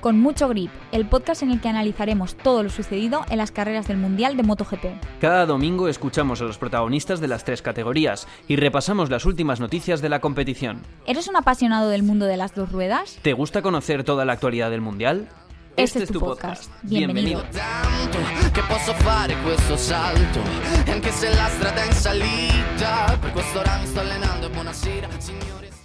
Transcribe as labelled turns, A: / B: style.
A: con Mucho Grip, el podcast en el que analizaremos todo lo sucedido en las carreras del Mundial de MotoGP.
B: Cada domingo escuchamos a los protagonistas de las tres categorías y repasamos las últimas noticias de la competición.
A: ¿Eres un apasionado del mundo de las dos ruedas?
B: ¿Te gusta conocer toda la actualidad del Mundial?
A: Este, es tu podcast. Bienvenido.
B: Bienvenido.
C: tanto che posso fare questo salto e anche se la strada è in salita per questo ramo sto allenando e buonasera signore e signori.